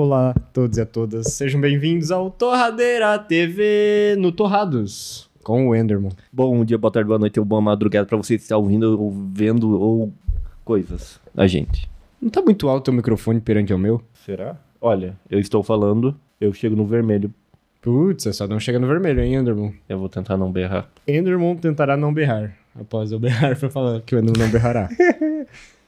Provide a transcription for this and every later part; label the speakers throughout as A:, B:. A: Olá a todos e a todas, sejam bem-vindos ao Torradeira TV no Torrados, com o Enderman.
B: Bom dia, boa tarde, boa noite ou boa madrugada pra você que está ouvindo ou vendo ou coisas da gente.
A: Não tá muito alto o microfone perante ao meu?
B: Será? Olha, eu estou falando, eu chego no vermelho.
A: Putz, é só não chega no vermelho, hein, Enderman?
B: Eu vou tentar não berrar.
A: Enderman tentará não berrar, após eu berrar pra falar que o Enderman não berrará.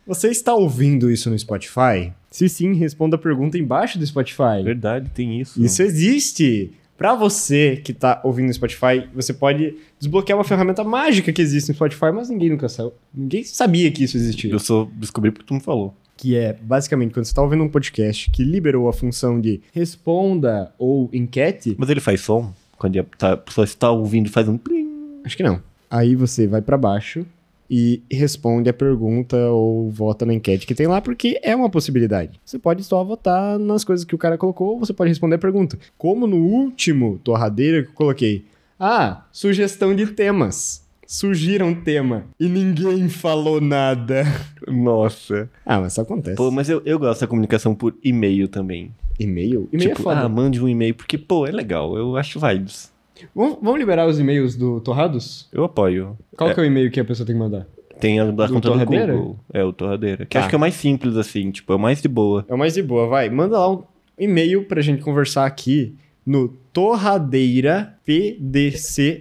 A: Você está ouvindo isso no Spotify? Se sim, responda a pergunta embaixo do Spotify.
B: Verdade, tem isso.
A: Isso existe! Pra você que tá ouvindo no Spotify, você pode desbloquear uma ferramenta mágica que existe no Spotify, mas ninguém nunca saiu. Ninguém sabia que isso existia.
B: é Eu só descobri porque tu me falou.
A: Que é, basicamente, quando você tá ouvindo um podcast que liberou a função de responda ou enquete,
B: Mas ele faz som? Quando a tá- a pessoa está ouvindo e faz um plim.
A: acho que não. Aí você vai pra baixo e responde a pergunta ou vota na enquete que tem lá, porque é uma possibilidade. Você pode só votar nas coisas que o cara colocou, ou você pode responder a pergunta. Como no último torradeira que eu coloquei. Ah, sugestão de temas. Surgiram tema e ninguém falou nada.
B: Nossa.
A: Ah, mas isso acontece.
B: Pô, mas eu, eu gosto da comunicação por e-mail também.
A: E-mail? E-mail
B: tipo,
A: é foda.
B: ah, mande um e-mail, porque, pô, é legal. Eu acho vibes.
A: Vamos, vamos liberar os e-mails do Torrados?
B: Eu apoio.
A: Qual
B: É.
A: que é o e-mail que a pessoa tem que mandar?
B: Tem a da
A: Do
B: conta
A: Torradeira?
B: do Google. É, o Torradeira. Que
A: Tá.
B: acho que é o mais simples, assim, tipo, é o mais de boa.
A: É o mais de boa, vai. Manda lá um e-mail pra gente conversar aqui no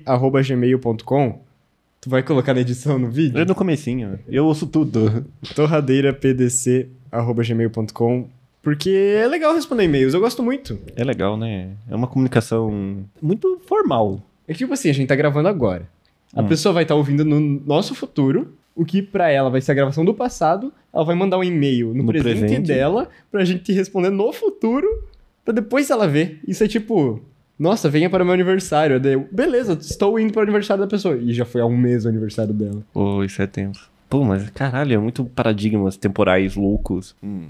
A: torradeirapdc.gmail.com. Tu vai colocar na edição no vídeo?
B: Eu no comecinho, eu ouço tudo.
A: torradeirapdc.gmail.com. Porque é legal responder e-mails, eu gosto muito.
B: É legal, né? É uma comunicação muito formal.
A: É que, tipo assim, a gente tá gravando agora. A
B: Hum.
A: pessoa vai estar ouvindo no nosso futuro, o que pra ela vai ser a gravação do passado. Ela vai mandar um e-mail no,
B: No
A: presente,
B: presente.
A: dela pra gente responder no futuro, pra depois ela ver. Isso é tipo, nossa, venha para o meu aniversário. Daí eu, Beleza, estou indo para o aniversário da pessoa. E já foi há um mês o aniversário dela.
B: Pô, isso é tenso. Pô, mas caralho, é muito paradigmas temporais loucos. Hum.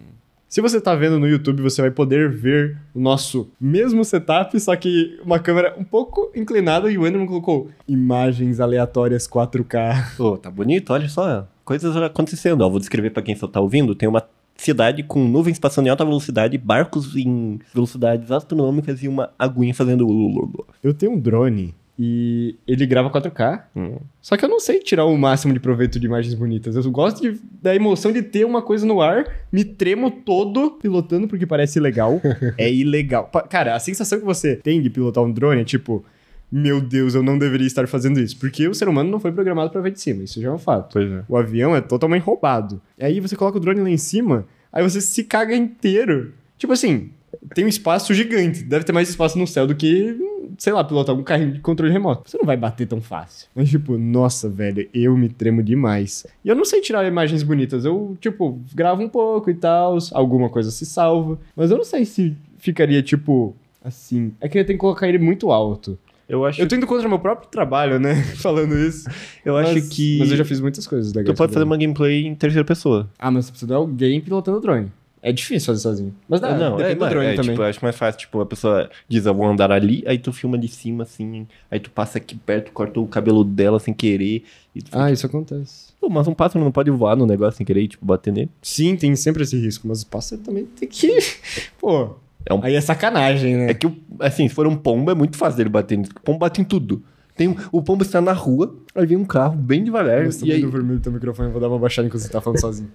A: Se você tá vendo no YouTube, você vai poder ver o nosso mesmo setup, só que uma câmera um pouco inclinada e o Enderman colocou imagens aleatórias 4K.
B: Pô, tá bonito, olha só. Coisas acontecendo. Ó, vou descrever pra quem só tá ouvindo. Tem uma cidade com nuvens passando em alta velocidade, barcos em velocidades astronômicas e uma aguinha fazendo... lululu.
A: Eu tenho um drone e ele grava 4K,
B: Hum.
A: Só que eu não sei tirar o máximo de proveito de imagens bonitas. Eu gosto de- da emoção de ter uma coisa no ar, me tremo todo pilotando porque parece legal. é ilegal. Pa- Cara, a sensação que você tem de pilotar um drone é tipo, meu Deus, eu não deveria estar fazendo isso, porque o ser humano não foi programado para ver de cima, isso já é um fato.
B: Pois é.
A: O avião é totalmente roubado. Aí você coloca o drone lá em cima, aí você se caga inteiro. Tipo assim, tem um espaço gigante. Deve ter mais espaço no céu do que, hum, sei lá, pilotar algum carrinho de controle remoto. Você não vai bater tão fácil. Mas, tipo, nossa, velho, eu me tremo demais. E eu não sei tirar imagens bonitas. Eu, tipo, gravo um pouco e tal, alguma coisa se salva. Mas eu não sei se ficaria, tipo, assim. É que eu tenho que colocar ele muito alto.
B: Eu acho,
A: Eu tô indo contra meu próprio trabalho, né? Falando isso.
B: eu
A: Mas-
B: acho que...
A: Mas eu já fiz muitas coisas legais.
B: Tu pode fazer
A: também.
B: uma gameplay em terceira pessoa.
A: Ah, mas você precisa de alguém pilotando drone. É difícil fazer sozinho. Mas dá,
B: não,
A: depende
B: é,
A: do drone
B: é,
A: também.
B: Tipo, eu acho mais fácil, tipo, a pessoa diz, eu vou andar ali, aí tu filma de cima, assim, aí tu passa aqui perto, corta o cabelo dela sem querer. E tu...
A: Ah, isso acontece.
B: Pô, mas um pássaro não pode voar no negócio sem querer e, tipo, bater nele.
A: Sim, tem sempre esse risco, mas o pássaro também tem que. Pô.
B: É um-
A: Aí é sacanagem, né?
B: É que, o- assim, se for um pombo, é muito fácil ele bater nisso. porque O pombo bate em tudo. Tem um- o pombo está na rua, aí vem um carro bem devagar.
A: Nossa,
B: e aí,
A: do vermelho do teu microfone, eu vou dar uma baixada enquanto você tá falando sozinho.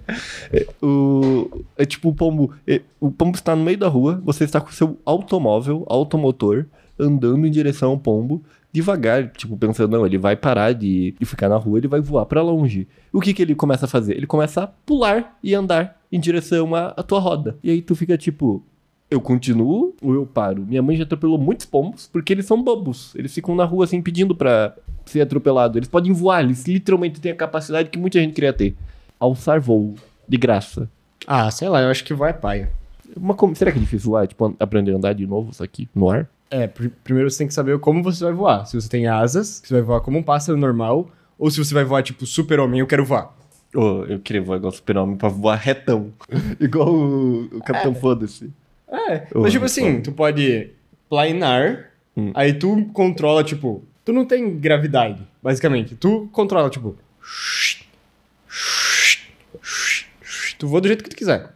B: o, é tipo, o pombo. é, o pombo está no meio da rua, você está com o seu automóvel, automotor, andando em direção ao pombo, devagar, tipo, pensando, não, ele vai parar de, de ficar na rua, ele vai voar pra longe. O que que ele começa a fazer? Ele começa a pular e andar em direção à, à tua roda. E aí tu fica tipo. Eu continuo ou eu paro? Minha mãe já atropelou muitos pombos porque eles são bobos. Eles ficam na rua assim pedindo pra ser atropelado. Eles podem voar, eles literalmente têm a capacidade que muita gente queria ter. Alçar voo, de graça.
A: Ah, sei lá, eu acho que vai paia.
B: Uma com- Será que é difícil voar? Tipo, an- aprender a andar de novo, só que no ar?
A: É, pr- primeiro você tem que saber como você vai voar. Se você tem asas, se você vai voar como um pássaro normal, ou se você vai voar tipo super-homem, eu quero voar.
B: Ô, eu queria voar igual super-homem pra voar retão. igual o, o Capitão Foda-se.
A: É,
B: Eu
A: mas tipo
B: amo
A: assim, tu pode planar,
B: Hum.
A: aí tu controla, tipo, tu não tem gravidade, basicamente. Tu controla, tipo. Tu voa do jeito que tu quiser.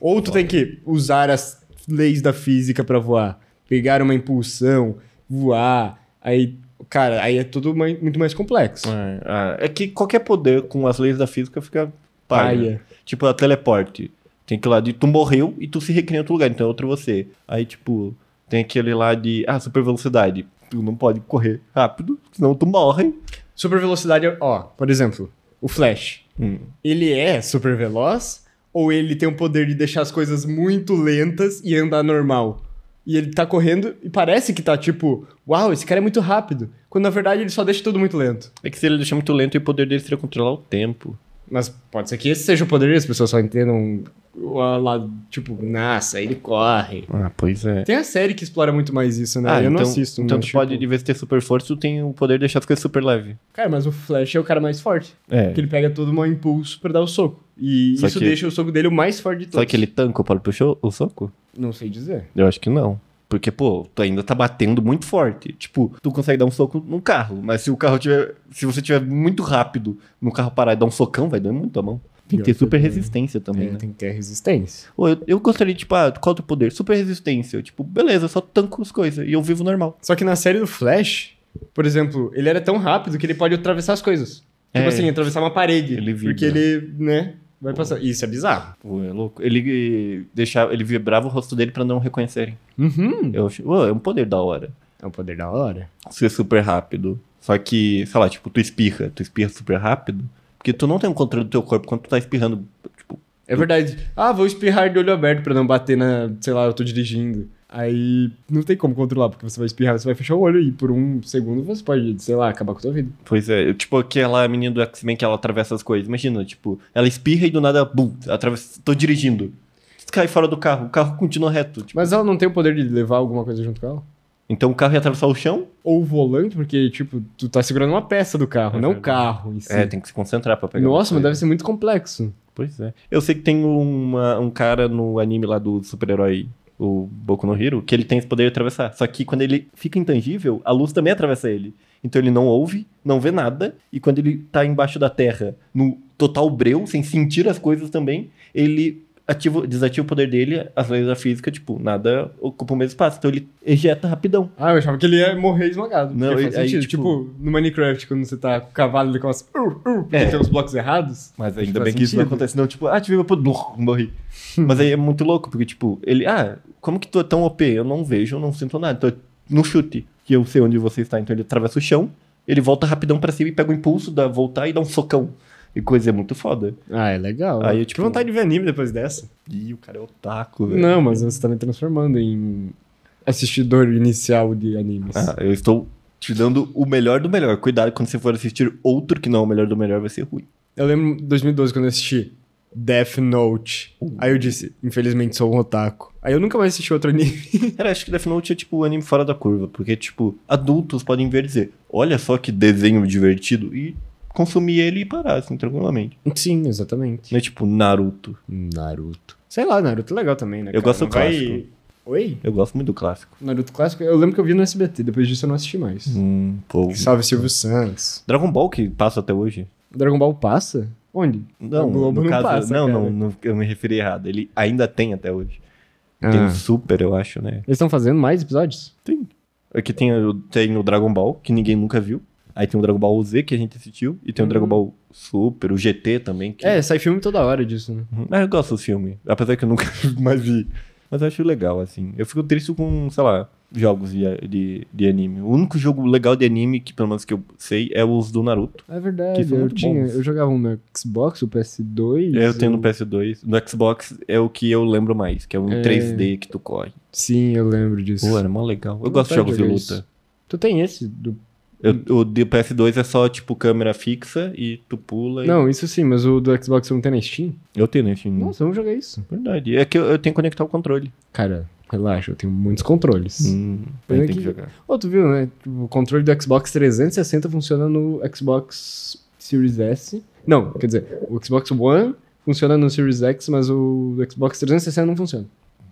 A: Ou tu tem que usar as leis da física pra voar. Pegar uma impulsão, voar, aí, cara, aí é tudo mai- muito mais complexo.
B: É, ah, é que qualquer poder com as leis da física fica paia. Tipo, a teleporte. Tem aquele lá de tu morreu e tu se recria em outro lugar, então é outro você. Aí, tipo, tem aquele lá de ah, super velocidade. Tu não pode correr rápido, senão tu morre.
A: Super velocidade, é, ó, por exemplo, o Flash.
B: Hum.
A: Ele é super veloz ou ele tem o poder de deixar as coisas muito lentas e andar normal? E ele tá correndo e parece que tá tipo, uau, esse cara é muito rápido. Quando na verdade ele só deixa tudo muito lento.
B: É que se ele deixar muito lento, o poder dele seria controlar o tempo.
A: Mas pode ser que esse seja o poder e as pessoas só entendam ó, lá, tipo, nossa, ele corre.
B: Ah, pois é.
A: Tem a série que explora muito mais isso, né?
B: Ah,
A: Eu
B: então,
A: não assisto,
B: Então
A: mas,
B: tu
A: tipo,
B: pode, de vez de ter super força, tu tem o poder de deixar as coisas super leve.
A: Cara, mas o Flash é o cara mais forte.
B: É.
A: Porque ele pega todo o mau impulso pra dar o soco. E
B: Só
A: isso
B: que-
A: deixa o soco dele o mais forte de todos.
B: Só que ele tanca o Paulo puxou o soco?
A: Não sei dizer.
B: Eu acho que não. Porque, pô, tu ainda tá batendo muito forte. Tipo, tu consegue dar um soco num carro, mas se o carro tiver. Se você tiver muito rápido no carro parar e dar um socão, vai doer muito a mão. Tem que ter
A: Pior que
B: super
A: eu-
B: resistência também,
A: É,
B: né?
A: Tem que ter resistência.
B: Pô, eu, eu gostaria, tipo, ah, qual é o teu poder? Super resistência. Eu, tipo, beleza, eu só tanco as coisas e eu vivo normal.
A: Só que na série do Flash, por exemplo, ele era tão rápido que ele pode atravessar as coisas. Tipo
B: É.
A: assim, atravessar uma parede.
B: Ele vibra.
A: porque ele, né, vai passar. Isso é bizarro.
B: Pô, é louco. Ele eh, deixava, ele vibrava o rosto dele pra não reconhecerem.
A: Uhum.
B: Eu acho, pô, é um poder da hora.
A: É um poder da hora.
B: Ser super rápido. Só que, sei lá, tipo, tu espirra, tu espirra super rápido. Porque tu não tem o controle do teu corpo quando tu tá espirrando, tipo,
A: É verdade. Ah, vou espirrar de olho aberto pra não bater na. Sei lá, eu tô dirigindo. Aí não tem como controlar, porque você vai espirrar, você vai fechar o olho e por um segundo você pode, sei lá, acabar com a sua vida.
B: Pois é, eu- tipo aquela menina do X-Men que ela atravessa as coisas. Imagina, tipo, ela espirra e do nada, bum, atravessa, tô dirigindo. Cai fora do carro, o carro continua reto. tipo.
A: Mas ela não tem o poder de levar alguma coisa junto com ela?
B: Então o carro ia atravessar o chão?
A: Ou o volante, porque, tipo, tu tá segurando uma peça do carro,
B: É
A: não o
B: verdade.
A: carro em si.
B: É, tem que se concentrar pra pegar.
A: Nossa, mas
B: uma
A: deve
B: coisa.
A: ser muito complexo.
B: Pois é. Eu sei que tem uma- um cara no anime lá do super-herói, o Boku no Hero, que ele tem esse poder de atravessar. Só que quando ele fica intangível, a luz também atravessa ele. Então ele não ouve, não vê nada, e quando ele tá embaixo da terra, no total breu, sem sentir as coisas também, ele ativa, desativa o poder dele, as leis da física, tipo, nada ocupa o mesmo espaço. Então ele ejeta rapidão.
A: Ah, eu achava que ele ia morrer esmagado.
B: Não,
A: Não, faz
B: aí,
A: sentido.
B: tipo-
A: tipo... no Minecraft, quando você tá com o cavalo, ele começa. "Ur, ur", porque
B: É.
A: tem os blocos errados.
B: Mas
A: Acho
B: ainda
A: que
B: bem
A: faz
B: que isso não
A: sentido.
B: acontece, não. Tipo, ah, tive meu poder, blum, morri. Mas aí é muito louco, porque, tipo, ele, ah, como que tu é tão OP? Eu não vejo, eu não sinto nada. Então, no chute, que eu sei onde você está, então ele atravessa o chão, ele volta rapidão pra cima e pega o impulso da voltar e dá um socão. E coisa é muito foda.
A: Ah, é legal.
B: Aí,
A: Aí,
B: tipo-
A: Que vontade de ver anime depois dessa.
B: Ih, o cara é otaku, velho.
A: Não, mas você tá me transformando em assistidor inicial de animes.
B: Ah, eu estou te dando o melhor do melhor. Cuidado quando você for assistir outro que não é o melhor do melhor, vai ser ruim.
A: Eu lembro em 2012 quando eu assisti Death Note. Aí eu disse, infelizmente sou um otaku. Aí eu nunca mais assisti outro anime.
B: Cara, acho que Death Note é tipo o anime fora da curva, porque, tipo, adultos podem ver e dizer, olha só que desenho divertido, e consumir ele e parar, assim, tranquilamente.
A: Sim, exatamente.
B: Não é tipo Naruto.
A: Naruto. Sei lá, Naruto é legal também, né?
B: Eu gosto do
A: Não vai-
B: clássico.
A: Oi?
B: Eu gosto muito do clássico.
A: Naruto clássico, eu lembro que eu vi no SBT, depois disso eu não assisti mais.
B: Hum, pô.
A: Salve Silvio Santos.
B: Dragon Ball que passa até hoje?
A: Dragon Ball passa? Onde?
B: Não,
A: A Globo
B: no
A: não
B: caso,
A: passa,
B: não,
A: cara.
B: não, não, eu me referi errado. Ele ainda tem até hoje. Tem o Super, eu acho, né?
A: Eles estão fazendo mais episódios?
B: Tem. Aqui tem, o- tem o Dragon Ball, que ninguém nunca viu. Aí tem o Dragon Ball Z, que a gente assistiu. E tem o
A: Hum.
B: Dragon Ball Super, o GT também. Que...
A: É, sai filme toda hora disso, né?
B: Uhum. Ah, eu gosto dos filmes, apesar que eu nunca mais vi. Mas eu acho legal, assim. Eu fico triste com, sei lá, jogos de, de, de anime. O único jogo legal de anime, que pelo menos que eu sei, é os do Naruto.
A: É
B: Que
A: verdade,
B: são
A: eu
B: muito
A: tinha.
B: bons.
A: Eu jogava um no Xbox, o PS2.
B: Eu tenho
A: o-
B: no PS2. No Xbox é o que eu lembro mais, que é um
A: É.
B: 3D que tu corre.
A: Sim, eu lembro disso.
B: Pô, era mó legal. Eu
A: Eu
B: gosto de
A: vontade
B: jogos
A: de
B: de
A: jogar
B: luta.
A: Tu tem esse? do-
B: Eu- o de PS2 é só, tipo, câmera fixa e tu pula. e-
A: Não, isso sim, mas o do Xbox não tem na Steam?
B: Eu tenho, né? Enfim.
A: Nossa, vamos jogar isso.
B: Verdade. É que eu, eu tenho que conectar o controle.
A: Cara, relaxa, eu tenho muitos controles.
B: Hum,
A: Mas
B: aí
A: é
B: tem que
A: que-
B: jogar.
A: Ô, tu viu, né? Tipo, O controle do Xbox 360 funciona no Xbox Series S. Não, quer dizer, o Xbox One funciona no Series X, mas o Xbox 360 não funciona.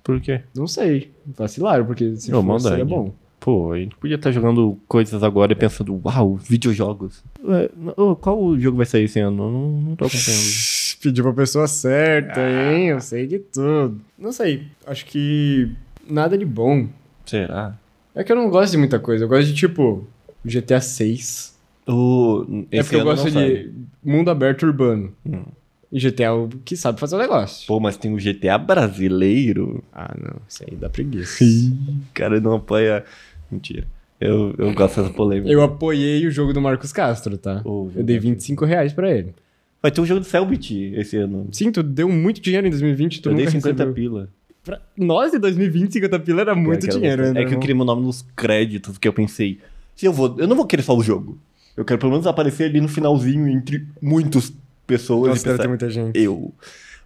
B: Por quê?
A: Não sei. Vacilaram, porque se
B: Ô,
A: fosse,
B: maldade.
A: seria bom.
B: Pô, a gente podia estar jogando coisas agora e pensando, uau, videojogos. Ué, É, n- ô, qual o jogo vai sair esse ano? Eu Não, não tô acompanhando.
A: Ah. Pediu pra pessoa certa, hein? Eu sei de tudo. Não sei. Acho que nada de bom.
B: Será?
A: É que eu não gosto de muita coisa. Eu gosto de, tipo, GTA 6.
B: O,
A: é porque eu
B: ano não
A: gosto
B: sai.
A: de mundo aberto urbano.
B: Hum.
A: E GTA é o que sabe fazer o negócio.
B: Pô, mas tem o GTA brasileiro.
A: Ah, não. Isso aí dá preguiça.
B: Ih, cara não apoia. Mentira. Eu, eu gosto dessa polêmica.
A: Eu apoiei o jogo do Marcos Castro, tá?
B: Ô,
A: Eu dei
B: verdade.
A: 25 reais pra ele.
B: Vai ter um jogo de Selbit esse ano.
A: Sim, tu deu muito dinheiro em 2020, tu
B: eu dei
A: nunca
B: 50
A: recebeu.
B: pila.
A: Pra... Nós, em 2020, 50 pila era muito
B: Cara,
A: dinheiro,
B: É
A: né?
B: que eu
A: irmão?
B: queria meu nome nos créditos, que eu pensei. Se eu, vou, eu não vou querer só o jogo. Eu quero pelo menos aparecer ali no finalzinho entre muitas pessoas.
A: Nossa,
B: e
A: deve
B: pensar,
A: ter muita gente.
B: Eu.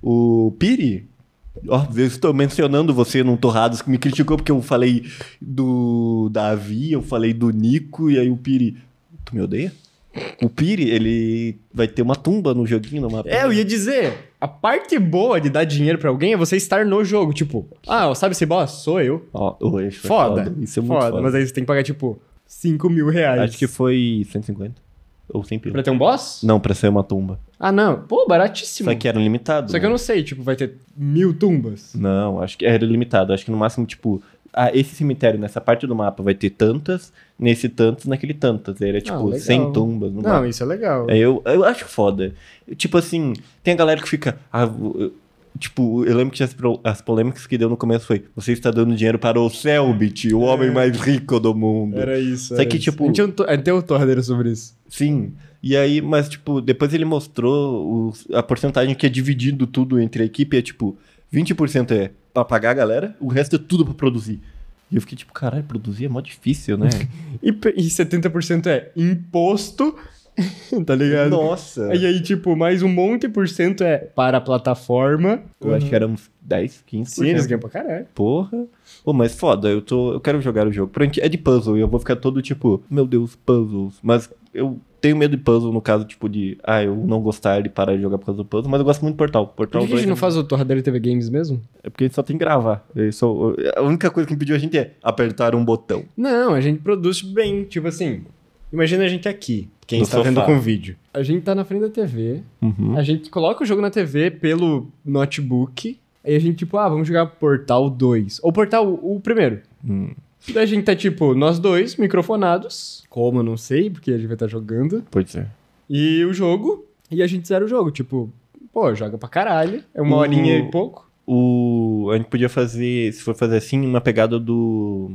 B: O Piri. Ó, eu estou mencionando você num Torrados que me criticou porque eu falei do Davi, eu falei do Nico, e aí o Piri. Tu me odeia? O Piri, ele vai ter uma tumba no joguinho, numa.
A: É, eu ia dizer, a parte boa de dar dinheiro pra alguém é você estar no jogo, tipo, ah, sabe esse boss? Sou eu.
B: Ó, o eixo é
A: Foda.
B: Isso é muito foda.
A: Mas aí você tem que pagar, tipo, 5 mil reais.
B: Acho que foi 150. Ou 100 pila.
A: Pra ter um boss?
B: Não, pra ser uma tumba.
A: Ah, não. Pô, baratíssimo.
B: Só que era limitado.
A: Só que eu
B: né?
A: não sei, tipo, vai ter mil tumbas.
B: Não, acho que era limitado. Acho que no máximo, tipo, ah, esse cemitério nessa parte do mapa vai ter tantas, nesse tantas, naquele tantas. Era tipo
A: legal.
B: 100 tumbas no
A: Não,
B: mapa.
A: isso é legal.
B: É, Eu, eu acho foda. Tipo assim, tem a galera que fica. ah, eu- tipo, eu lembro que as, pro- as polêmicas que deu no começo foi: você está dando dinheiro para o Selbit, o homem
A: É.
B: mais rico do mundo.
A: Era isso.
B: Só
A: era
B: que,
A: isso.
B: tipo-
A: A gente é um to- é, tem um torradeiro sobre isso.
B: Sim. E aí, mas, tipo, depois ele mostrou os- a porcentagem que é dividido tudo entre a equipe. É tipo, 20% é pra pagar a galera, o resto é tudo pra produzir. E eu fiquei tipo, caralho, produzir é mó difícil, né?
A: E, pe- e 70% é imposto, tá ligado?
B: Nossa!
A: E aí, tipo, mais um monte por cento é para a plataforma.
B: Eu acho que era uns 10, 15%.
A: Sim, né? eles ganham pra caralho.
B: Porra. Pô, mas foda, eu, tô, eu quero jogar o jogo. Pra gente- É de puzzle e eu vou ficar todo tipo, meu Deus, puzzles. Mas eu tenho medo de puzzle no caso, tipo, de, ah, eu não gostar de parar de jogar por causa do puzzle, mas eu gosto muito do Portal. é
A: Por
B: Portal
A: que a gente
B: 2
A: não faz o Torradeiro TV Games mesmo?
B: É porque a gente só tem que gravar. Eu sou- a única coisa que impediu a gente é apertar um botão.
A: Não, a gente produz bem. Tipo assim, imagina a gente aqui, quem
B: No
A: está
B: sofá. Uhum.
A: vendo com vídeo. A gente tá na frente da TV, a gente coloca o jogo na TV pelo notebook, aí a gente, tipo, ah, vamos jogar Portal 2. Ou Portal o primeiro.
B: Hum.
A: Daí a gente tá, tipo, nós dois, microfonados. Como, eu não sei, porque a gente vai estar jogando.
B: Pode ser.
A: E o jogo, e a gente zera o jogo. Tipo, pô, joga pra caralho. É uma
B: O-
A: horinha e pouco.
B: O, a gente podia fazer, se for fazer assim, uma pegada do.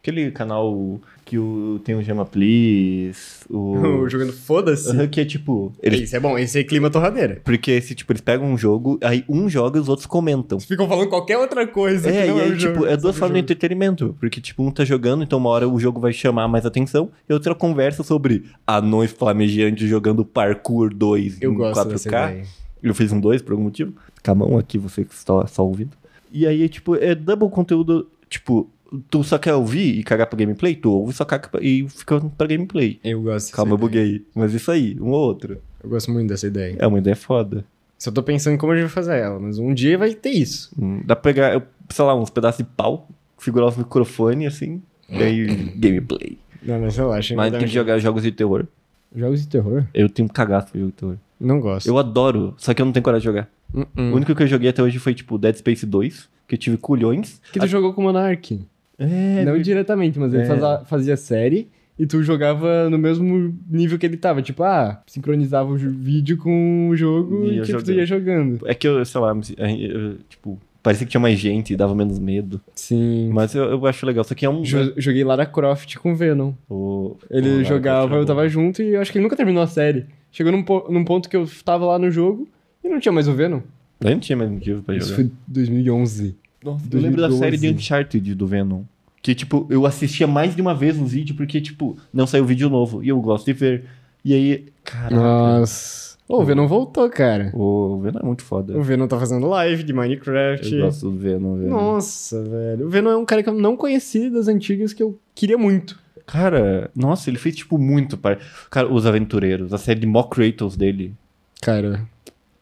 B: Aquele canal que o, tem o Gema Please. O.
A: Jogando foda-se.
B: Aham, que é tipo. Eles,
A: Isso é bom, esse é clima torradeira.
B: porque esse, tipo, eles pegam um jogo, aí um joga e os outros comentam.
A: Eles ficam falando qualquer outra coisa.
B: É,
A: que não
B: e aí,
A: o
B: tipo,
A: jogo,
B: é
A: sabe,
B: duas
A: o
B: formas de
A: jogo.
B: entretenimento. Porque, tipo, um tá jogando, então uma hora o jogo vai chamar mais atenção, e outra conversa sobre anões flamejantes jogando parkour 2
A: Eu
B: em
A: gosto
B: 4K.
A: dessa ideia.
B: Eu fiz um 2 por algum motivo. Camão aqui, você que está só ouvindo. E aí, tipo, é double conteúdo. Tipo, tu só quer ouvir e cagar pra gameplay? Tu ouve e só caga pra- e fica pra gameplay.
A: Eu gosto dessa
B: Calma, eu
A: ideia.
B: buguei. Mas isso aí, um ou outro.
A: Eu gosto muito dessa ideia.
B: É uma ideia foda.
A: Só tô pensando em como a gente vai fazer ela, mas um dia vai ter isso.
B: Hum, Dá pra pegar, eu- sei lá, uns pedaços de pau, segurar os microfones assim, e aí gameplay.
A: Não, mas relaxa.
B: Mas
A: ainda
B: tem que
A: dá
B: jogar jogos de terror.
A: um- Jogos de terror?
B: Eu tenho um cagaço de jogo de terror.
A: Não gosto.
B: Eu adoro, só que eu não tenho coragem de jogar.
A: Hum, hum.
B: O único que eu joguei até hoje foi, tipo, Dead Space 2, que eu tive culhões.
A: Que tu jogou com o Monark.
B: É,
A: Não diretamente, mas ele
B: É.
A: fazia, fazia série e tu jogava no mesmo nível que ele tava. Tipo, ah, sincronizava o jo- vídeo com o jogo
B: Ia
A: e, tipo, tu
B: jogando.
A: ia jogando.
B: É que eu, sei lá, me- eu- tipo, parecia que tinha mais gente e dava menos medo.
A: Sim.
B: Mas eu, eu acho legal, só que é um.
A: Jo- joguei Lara Croft com Venom.
B: O-
A: Ele
B: o-
A: jogava, eu tava junto e eu acho que ele nunca terminou a série. Chegou num, po- num ponto que eu tava lá no jogo e não tinha mais o Venom.
B: Eu não tinha mais motivo pra
A: Isso
B: jogar.
A: foi 2011.
B: Nossa, eu lembro da
A: 2012.
B: série de Uncharted do Venom. Que, tipo, eu assistia mais de uma vez os vídeos porque, tipo, não saiu vídeo novo. E eu gosto de ver. E aí,
A: Ah.
B: caraca.
A: Nossa. Ô, o Venom voltou, cara.
B: O Venom é muito foda.
A: O Venom tá fazendo live de Minecraft.
B: Eu gosto do Venom, velho.
A: Nossa, velho. O Venom é um cara que eu não conheci das antigas que eu queria muito.
B: Cara, nossa, ele fez, tipo, muito. Par... Cara, Os Aventureiros, a série de Mock Kratos dele.
A: Cara,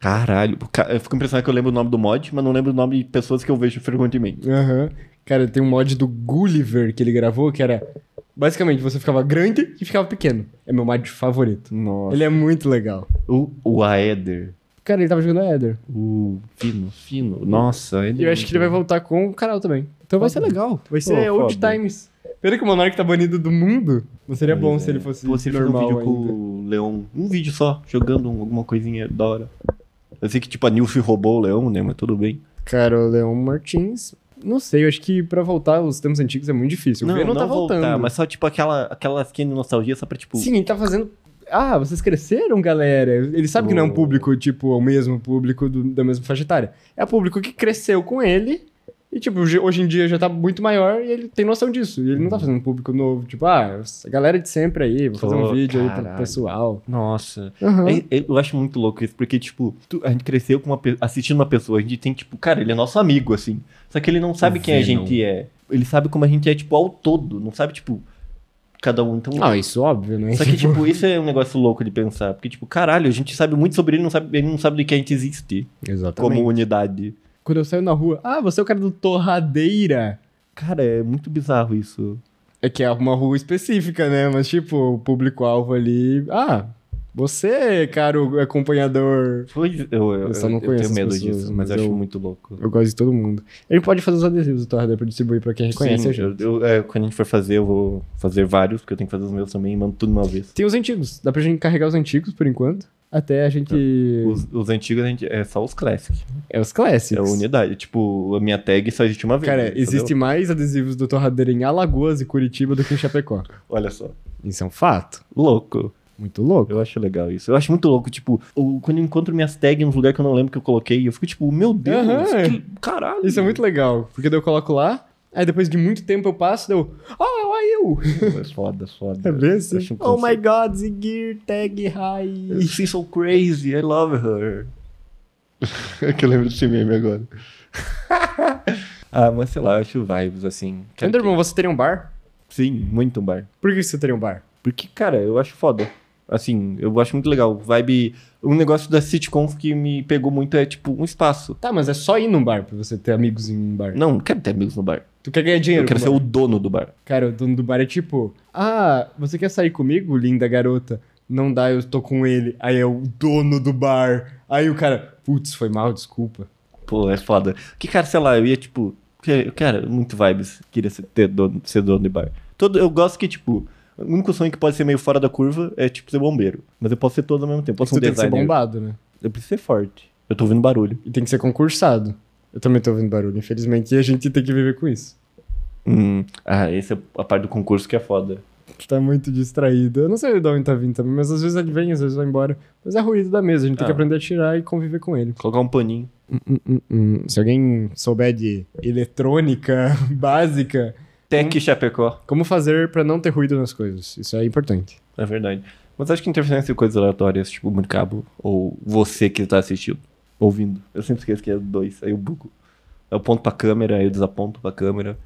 B: Caralho, ca- eu fico impressionado que eu lembro o nome do mod, mas não lembro o nome de pessoas que eu vejo frequentemente.
A: aham. Cara, tem um mod do Gulliver que ele gravou que era. Basicamente, você ficava grande e ficava pequeno. É meu mod favorito.
B: Nossa.
A: Ele é muito legal.
B: O, o Aether,
A: Cara, ele tava jogando a Eder.
B: o Fino, Fino, nossa.
A: E eu acho que ele vai voltar com o canal também.
B: Então
A: vai ser
B: legal.
A: Vai ser
B: Pô,
A: old
B: foda.
A: times. Pena que o Monark tá banido do mundo. Mas seria
B: Pois
A: bom
B: é.
A: se ele fosse
B: Pô, se ele fizer um
A: normal
B: vídeo
A: ainda.
B: com o Leão. Um vídeo só, jogando um- alguma coisinha da hora. Eu sei que, tipo, a Nilce roubou o Leão, né? Mas tudo bem.
A: Cara, o Leon Martins... Não sei, eu acho que pra voltar aos tempos antigos é muito difícil. O não, não tá
B: voltar,
A: voltando.
B: mas só, tipo, aquela, aquela skin de nostalgia só pra, tipo...
A: Sim, ele tá fazendo. Ah, vocês cresceram, galera. Ele sabe que não é um
B: Oh.
A: público, tipo, é o mesmo público do- da mesma faixa etária. É público que cresceu com ele. E, tipo, hoje- hoje em dia já tá muito maior e ele tem noção disso. E ele não
B: Uhum.
A: tá fazendo público novo, tipo, ah, a galera de sempre aí, vou fazer um
B: Oh,
A: vídeo aí pro
B: caralho.
A: pessoal.
B: Nossa,
A: Aham.
B: É- é- Eu acho muito louco isso, porque, tipo, tu- a gente cresceu com uma pe- assistindo uma pessoa, a gente tem, tipo, cara, ele é nosso amigo, assim. Só que ele não sabe quem a
C: Venom.
B: gente é. Ele sabe como a gente é, tipo, ao todo. Não sabe, tipo, cada um. Então,
A: Não, isso óbvio, né?
B: só que, tipo, isso é um negócio louco de pensar. Porque, tipo, caralho, a gente sabe muito sobre ele, não sabe, ele não sabe de que a gente existe
A: Exatamente.
B: como unidade.
A: Quando eu saio na rua, ah, você é o cara do Torradeira.
B: Cara, é muito bizarro isso.
A: É que é uma rua específica, né? Mas, tipo, o público-alvo ali. Ah, você, caro acompanhador.
B: Pois, eu, eu,
A: Eu só não
B: eu
A: conheço
B: tenho medo
A: as pessoas,
B: disso,
A: mas
B: mas eu
A: eu-
B: acho muito louco.
A: Eu gosto de todo mundo. Ele pode fazer os adesivos do Torradeira pra distribuir pra quem reconhece
B: Sim,
A: a gente.
B: eu- eu- é, quando a gente for fazer, eu vou fazer vários, porque eu tenho que fazer os meus também e mando tudo de uma vez.
A: Tem os antigos. Dá pra gente carregar os antigos por enquanto. Até a gente.
B: Os, os antigos a gente, é só os classic.
A: É os clássicos.
B: É a unidade. Tipo, a minha tag só existe uma vez.
A: Cara,
B: entendeu?
A: existe mais adesivos do Torradeira em Alagoas e Curitiba do que em Chapecó.
B: Olha só.
A: Isso é um fato.
B: Louco.
A: Muito louco.
B: Eu acho legal isso. Eu acho muito louco, tipo, o- quando eu encontro minhas tags nos lugares que eu não lembro que eu coloquei, eu fico tipo, meu Deus,
A: Aham.
B: que- caralho.
A: Isso é muito legal. Porque daí eu coloco lá. Aí depois de muito tempo eu passo, deu. Oh, lá eu!
B: É foda, foda.
A: É bem assim.
B: Eu acho um
A: oh my
B: conceito.
A: god, Zigir Tag High.
B: She's so crazy, I love her. É que eu lembro desse meme agora. ah, mas sei lá, eu acho vibes assim. Quero
A: Enderman, você teria um bar?
B: que- Sim, muito um bar.
A: Por que você teria um bar?
B: Porque, cara, eu acho foda. Assim, eu acho muito legal. Vibe. Um negócio da sitcoms que me pegou muito é, tipo, um espaço.
A: Tá, mas é só ir num bar pra você ter amigos em um bar.
B: Não, não quero ter amigos no bar.
A: Tu quer ganhar dinheiro?
B: Eu quero
A: com
B: ser o dono do bar.
A: Cara, o dono do bar é tipo: Ah, você quer sair comigo, linda garota? Não dá, eu tô com ele. Aí é o dono do bar. Aí o cara, putz, foi um mal, desculpa.
B: Pô, é foda. Que, cara, sei lá, eu ia, tipo. que- Cara, muito vibes. Queria ser, ter dono, ser dono de bar. Todo, eu gosto que, tipo. O único sonho que pode ser meio fora da curva é, tipo, ser bombeiro. Mas eu posso ser todo ao mesmo tempo. Posso ser um
A: você tem que ser
B: designer.
A: bombado, né?
B: eu preciso ser forte. Eu tô ouvindo barulho.
A: E tem que ser concursado. Eu também tô ouvindo barulho, infelizmente, e a gente tem que viver com isso.
B: Hum. Ah, essa é a parte do concurso que é foda.
A: Tá muito distraído. Eu não sei de onde tá vindo também, mas às vezes ele vem, às vezes vai embora. Mas é ruído da mesa, a gente tem
B: Ah.
A: que aprender a tirar e conviver com ele.
B: Colocar um paninho.
A: Hum, hum, hum. Se alguém souber de eletrônica básica,
B: Tec
A: Hum.
B: Chapecó.
A: como fazer pra não ter ruído nas coisas? Isso é importante.
B: É verdade. Mas acho que interferência em coisas aleatórias, tipo mercado, ou você que tá assistindo, ouvindo. Eu sempre esqueço que é dois, aí eu bugo. Eu aponto pra câmera, aí eu desaponto pra câmera.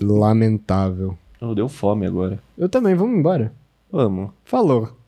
A: Lamentável.
B: Oh, deu fome agora.
A: Eu também, vamos embora.
B: Vamos.
A: Falou.